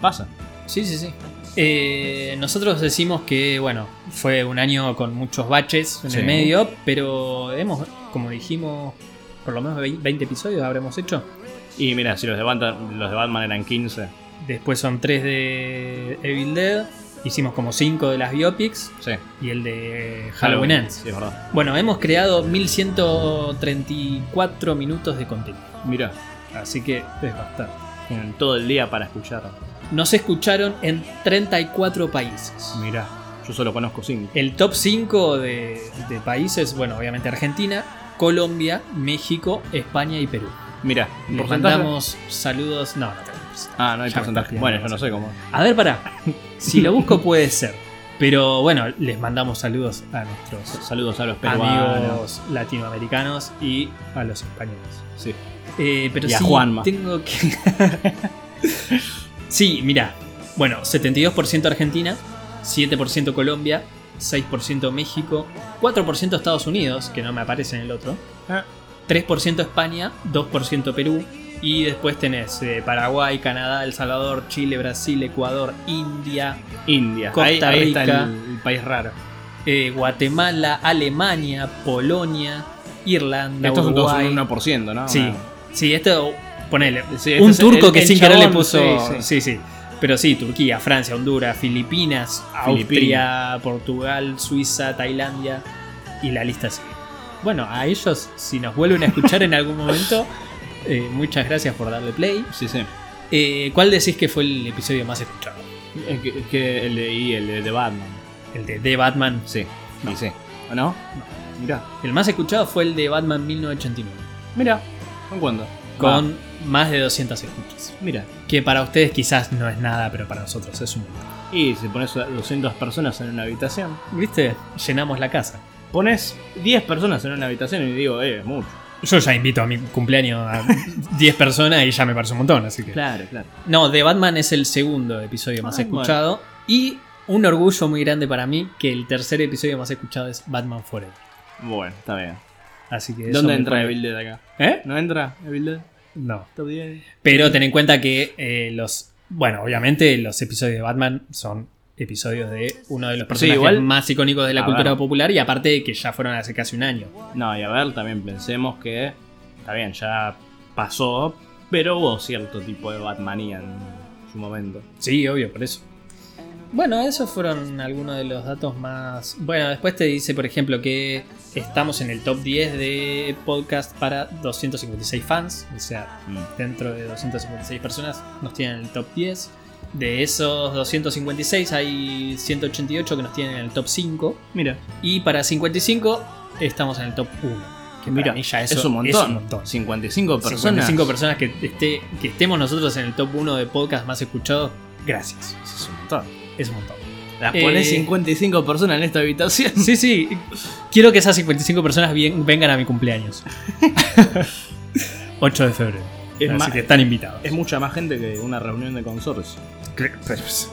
[SPEAKER 3] Pasa.
[SPEAKER 2] Sí, sí, sí. Eh, nosotros decimos que, bueno, fue un año con muchos baches en
[SPEAKER 3] Sí.
[SPEAKER 2] el medio, pero hemos, como dijimos, por lo menos 20 episodios habremos hecho.
[SPEAKER 3] Y mira, si los de, Batman, los de Batman eran 15.
[SPEAKER 2] Después son 3 de Evil Dead, hicimos como 5 de las biopics
[SPEAKER 3] Sí.
[SPEAKER 2] y el de Halloween
[SPEAKER 3] Halloween.
[SPEAKER 2] Ends.
[SPEAKER 3] Sí, es verdad.
[SPEAKER 2] Bueno, hemos creado 1134 minutos de contenido,
[SPEAKER 3] Mira,
[SPEAKER 2] así que es bastante.
[SPEAKER 3] tienen todo el día para escuchar.
[SPEAKER 2] Nos escucharon en 34 países.
[SPEAKER 3] Mira, yo solo conozco 5.
[SPEAKER 2] El top 5 de, de países, bueno, obviamente Argentina, Colombia, México, España y Perú.
[SPEAKER 3] Mira,
[SPEAKER 2] Les
[SPEAKER 3] porcentaje.
[SPEAKER 2] mandamos saludos. No, no tenemos.
[SPEAKER 3] Ah,
[SPEAKER 2] Ya
[SPEAKER 3] no hay
[SPEAKER 2] me estás
[SPEAKER 3] porcentaje.
[SPEAKER 2] pidiendo
[SPEAKER 3] Bueno, yo no sé cómo.
[SPEAKER 2] A ver, pará. Si lo busco puede ser. Pero bueno, les mandamos saludos a nuestros
[SPEAKER 3] Saludos a los peruanos.
[SPEAKER 2] amigos latinoamericanos y a los españoles.
[SPEAKER 3] Sí.
[SPEAKER 2] Eh, pero
[SPEAKER 3] Y a
[SPEAKER 2] sí,
[SPEAKER 3] Juanma.
[SPEAKER 2] tengo que. sí, mira. Bueno, 72% Argentina, 7% Colombia, 6% México, 4% Estados Unidos, que no me aparece en el otro, 3% España, 2% Perú, y después tenés eh, Paraguay, Canadá, El Salvador, Chile, Brasil, Ecuador, India,
[SPEAKER 3] India.
[SPEAKER 2] Costa
[SPEAKER 3] ahí, ahí está
[SPEAKER 2] Rica.
[SPEAKER 3] el, el país raro.
[SPEAKER 2] eh, Guatemala, Alemania, Polonia, Irlanda,
[SPEAKER 3] Estos son todos
[SPEAKER 2] Uruguay.
[SPEAKER 3] un 1%, ¿no?
[SPEAKER 2] Sí,
[SPEAKER 3] Una-
[SPEAKER 2] sí, esto, ponele.
[SPEAKER 3] Sí, este
[SPEAKER 2] un
[SPEAKER 3] es
[SPEAKER 2] turco
[SPEAKER 3] el-
[SPEAKER 2] que
[SPEAKER 3] el
[SPEAKER 2] sin querer le
[SPEAKER 3] chabón,
[SPEAKER 2] puso. Sí
[SPEAKER 3] sí,
[SPEAKER 2] sí.
[SPEAKER 3] sí.
[SPEAKER 2] Pero sí, Turquía, Francia, Honduras, Filipinas,
[SPEAKER 3] Filipinas.
[SPEAKER 2] Austria, Portugal, Suiza, Tailandia y la lista sigue. Bueno, a ellos, si nos vuelven a escuchar en algún momento, eh, muchas gracias por darle play.
[SPEAKER 3] Sí, sí.
[SPEAKER 2] Eh, ¿Cuál decís que fue el episodio más escuchado?
[SPEAKER 3] Es que, es que el de, y el de- de Batman.
[SPEAKER 2] El de The Batman.
[SPEAKER 3] Sí, y sí. ¿O no? Mirá.
[SPEAKER 2] El más escuchado fue el de Batman 1989,
[SPEAKER 3] Mirá. ¿Con cuándo?
[SPEAKER 2] con más de 200 escuchas.
[SPEAKER 3] Mira.
[SPEAKER 2] Que para ustedes quizás no es nada, pero para nosotros es un montón.
[SPEAKER 3] Y si pones 200 personas en una habitación,
[SPEAKER 2] ¿Viste? Llenamos la casa.
[SPEAKER 3] pones 10 personas en una habitación y digo, eh, es mucho.
[SPEAKER 2] Yo ya invito a mi cumpleaños a 10 personas y ya me parece un montón, así que.
[SPEAKER 3] Claro, claro.
[SPEAKER 2] No, The Batman es el segundo episodio más
[SPEAKER 3] Ah,
[SPEAKER 2] escuchado. Y un orgullo muy grande para mí que el tercer episodio más escuchado es Batman Forever.
[SPEAKER 3] Bueno, está bien.
[SPEAKER 2] Así que. eso
[SPEAKER 3] ¿Dónde
[SPEAKER 2] me
[SPEAKER 3] entra
[SPEAKER 2] pone-
[SPEAKER 3] Evil Dead acá?
[SPEAKER 2] ¿Eh?
[SPEAKER 3] ¿No entra Evil Dead?
[SPEAKER 2] No.
[SPEAKER 3] Top 10.
[SPEAKER 2] Pero ten en cuenta que eh, los. Bueno, obviamente los episodios de Batman son episodios de uno de los personajes
[SPEAKER 3] igual-
[SPEAKER 2] más icónicos de la
[SPEAKER 3] A
[SPEAKER 2] cultura
[SPEAKER 3] ver.
[SPEAKER 2] popular y aparte de que ya fueron hace casi un año.
[SPEAKER 3] No, y a ver, también pensemos que. Está bien, ya pasó, pero hubo cierto tipo de Batmanía en su momento.
[SPEAKER 2] Sí, obvio, por eso. Bueno, esos fueron algunos de los datos más. Bueno, después te dice, por ejemplo, que estamos en el top 10 de podcast para 256 fans. O sea,
[SPEAKER 3] Mm.
[SPEAKER 2] dentro de 256 personas nos tienen en el top 10. De esos 256 hay 188 que nos tienen en el top 5.
[SPEAKER 3] Mira,
[SPEAKER 2] Y para 55 estamos en el top 1. Que
[SPEAKER 3] mira,
[SPEAKER 2] para mí ya eso
[SPEAKER 3] es un montón.
[SPEAKER 2] un montón.
[SPEAKER 3] 55 personas.
[SPEAKER 2] 55 personas que, esté, que estemos nosotros en el top 1 de podcast más escuchados. Gracias.
[SPEAKER 3] Es un montón.
[SPEAKER 2] Es un montón.
[SPEAKER 3] Las
[SPEAKER 2] Eh,
[SPEAKER 3] pones 55 personas en esta habitación.
[SPEAKER 2] Sí, sí. Quiero que esas 55 personas bien- vengan a mi cumpleaños. 8 de febrero.
[SPEAKER 3] Es
[SPEAKER 2] Así
[SPEAKER 3] más-
[SPEAKER 2] que están invitados.
[SPEAKER 3] Es mucha más gente que una reunión de consorcio.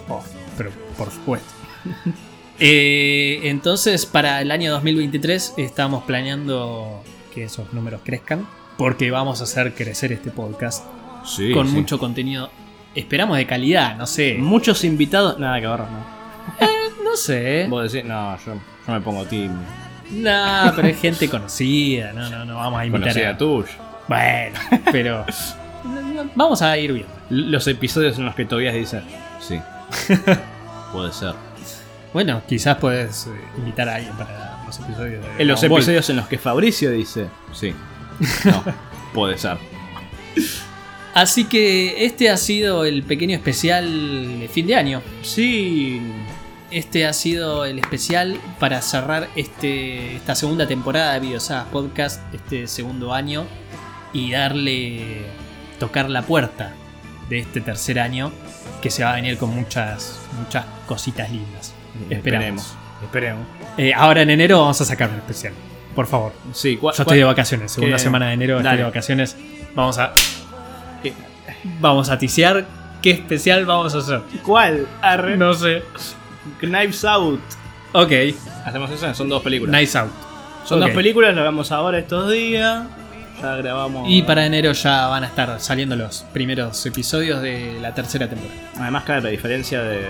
[SPEAKER 2] Oh, pero por supuesto. Eh, entonces, para el año 2023 estamos planeando que esos números crezcan. Porque vamos a hacer crecer este podcast
[SPEAKER 3] Sí.
[SPEAKER 2] con mucho contenido. Esperamos de calidad, no sé.
[SPEAKER 3] Muchos invitados. Nada que ver, ¿no?
[SPEAKER 2] No sé.
[SPEAKER 3] Vos decís, no, yo, yo me pongo team.
[SPEAKER 2] No, pero es gente conocida. No, no, no vamos a invitar
[SPEAKER 3] Conocida
[SPEAKER 2] a.
[SPEAKER 3] tuya.
[SPEAKER 2] Bueno, pero. no, no, Vamos a ir viendo.
[SPEAKER 3] L- Los episodios en los que Tobias dice. Sí. Puede ser.
[SPEAKER 2] Bueno, quizás puedes eh, invitar a alguien para los episodios de.
[SPEAKER 3] En los
[SPEAKER 2] Dragon Ball.
[SPEAKER 3] episodios en los que Fabricio dice. Sí. No. Puede ser.
[SPEAKER 2] Así que este ha sido el pequeño especial de fin de año.
[SPEAKER 3] Sí.
[SPEAKER 2] Este ha sido el especial para cerrar este, esta segunda temporada de Videosagas Podcast, este segundo año, y darle, tocar la puerta de este tercer año, que se va a venir con muchas, muchas cositas lindas. Esperamos.
[SPEAKER 3] Eh, Esperemos. Esperemos.
[SPEAKER 2] Eh, ahora en enero vamos a sacar un especial, por favor.
[SPEAKER 3] Sí, cua-
[SPEAKER 2] Yo
[SPEAKER 3] cua-
[SPEAKER 2] estoy de vacaciones, segunda
[SPEAKER 3] que-
[SPEAKER 2] semana de enero estoy
[SPEAKER 3] dale.
[SPEAKER 2] de vacaciones. Vamos a,
[SPEAKER 3] ¿Qué?
[SPEAKER 2] vamos a ticiar qué especial vamos a hacer.
[SPEAKER 3] ¿Cuál? Arre.
[SPEAKER 2] No sé.
[SPEAKER 3] Knives Out.
[SPEAKER 2] Ok,
[SPEAKER 3] Hacemos eso, son dos películas.
[SPEAKER 2] nice out.
[SPEAKER 3] Son
[SPEAKER 2] ok.
[SPEAKER 3] dos películas, las vemos ahora estos días. Ya grabamos.
[SPEAKER 2] Y para enero ya van a estar saliendo los primeros episodios de la tercera temporada.
[SPEAKER 3] Además, claro, la diferencia de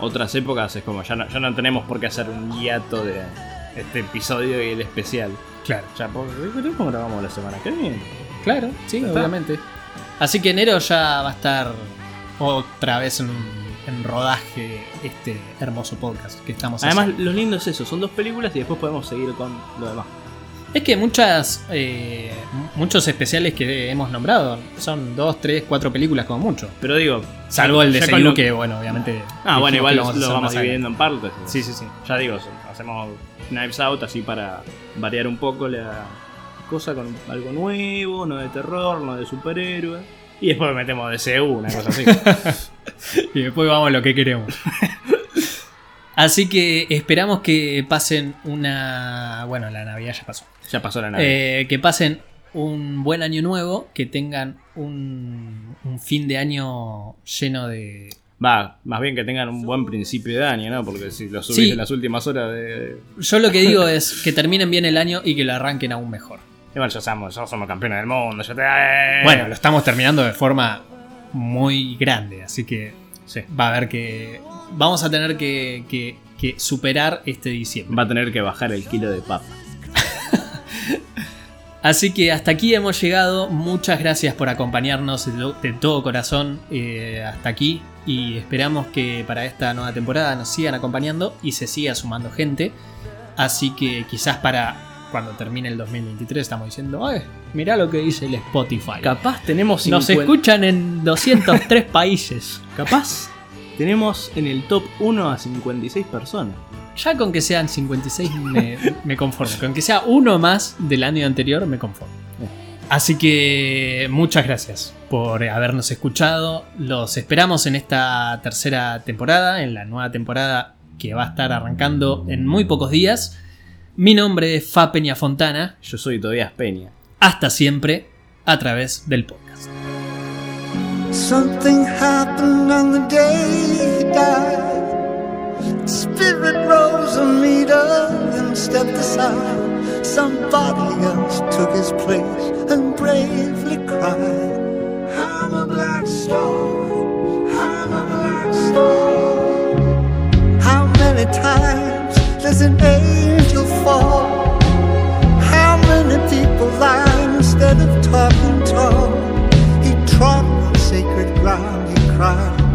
[SPEAKER 3] otras épocas es como ya no, ya no tenemos por qué hacer un hiato de este episodio y el especial.
[SPEAKER 2] Claro.
[SPEAKER 3] Ya, por- ¿cómo grabamos la semana que viene?
[SPEAKER 2] Claro, sí,
[SPEAKER 3] Está.
[SPEAKER 2] obviamente. Así que enero ya va a estar otra vez en, en rodaje este hermoso podcast que estamos
[SPEAKER 3] Además,
[SPEAKER 2] haciendo.
[SPEAKER 3] lo lindo es eso, son dos películas y después podemos seguir con lo demás.
[SPEAKER 2] Es que muchas eh, muchos especiales que hemos nombrado son dos, tres, cuatro películas como mucho.
[SPEAKER 3] Pero digo,
[SPEAKER 2] Salvo el de
[SPEAKER 3] ya con
[SPEAKER 2] Seiyu,
[SPEAKER 3] lo-
[SPEAKER 2] que bueno, obviamente.
[SPEAKER 3] Ah, bueno,
[SPEAKER 2] dijimos
[SPEAKER 3] igual
[SPEAKER 2] que
[SPEAKER 3] lo
[SPEAKER 2] a
[SPEAKER 3] vamos,
[SPEAKER 2] hacer más adelante.
[SPEAKER 3] dividiendo en partes.
[SPEAKER 2] Sí, sí, sí.
[SPEAKER 3] Ya digo, hacemos Knives Out así para variar un poco la cosa con algo nuevo, no de terror, no de superhéroes. Y después metemos DCU, una cosa así.
[SPEAKER 2] Y después vamos a lo que queremos. Así que esperamos que pasen una. Bueno, la Navidad ya pasó.
[SPEAKER 3] ya pasó la nave.
[SPEAKER 2] Eh, que pasen un buen año nuevo, que tengan un, un fin de año lleno de.
[SPEAKER 3] Va, más bien que tengan un buen principio de año, ¿no? Porque si lo subís
[SPEAKER 2] Sí.
[SPEAKER 3] en las últimas horas de...
[SPEAKER 2] Yo lo que digo es que terminen bien el año y que lo arranquen aún mejor.
[SPEAKER 3] Igual ya somos, ya somos campeones del mundo, ya te...
[SPEAKER 2] Eh, Bueno, lo estamos terminando de forma muy grande, así que
[SPEAKER 3] Sí.
[SPEAKER 2] va a haber que. Vamos a tener que, que- que superar este diciembre.
[SPEAKER 3] Va a tener que bajar el kilo de papa.
[SPEAKER 2] Así que hasta aquí hemos llegado. Muchas gracias por acompañarnos de, to- de todo corazón eh, hasta aquí. Y esperamos que para esta nueva temporada nos sigan acompañando y se siga sumando gente. Así que quizás para cuando termine el 2023 estamos diciendo, "Ay, mirá lo que dice el Spotify.
[SPEAKER 3] Capaz tenemos...
[SPEAKER 2] nos
[SPEAKER 3] 50
[SPEAKER 2] escuchan en 203 países.
[SPEAKER 3] Capaz tenemos en el top 1 a 56 personas.
[SPEAKER 2] Ya con que sean 56 me, me conformo. Con que sea uno más del año anterior me conformo. Así que muchas gracias por habernos escuchado. Los esperamos en esta tercera temporada, en la nueva temporada que va a estar arrancando en muy pocos días. Mi nombre es Fa Peña Fontana.
[SPEAKER 3] Yo soy Tobias Peña.
[SPEAKER 2] Hasta siempre a través del podcast.
[SPEAKER 1] Something happened on the day he died. Spirit rose a meter and stepped aside. Somebody else took his place and bravely cried. I'm a black star. I'm a black star. How many times does an angel fall? How many people lie instead of talking tall? He trod on sacred ground, he cried,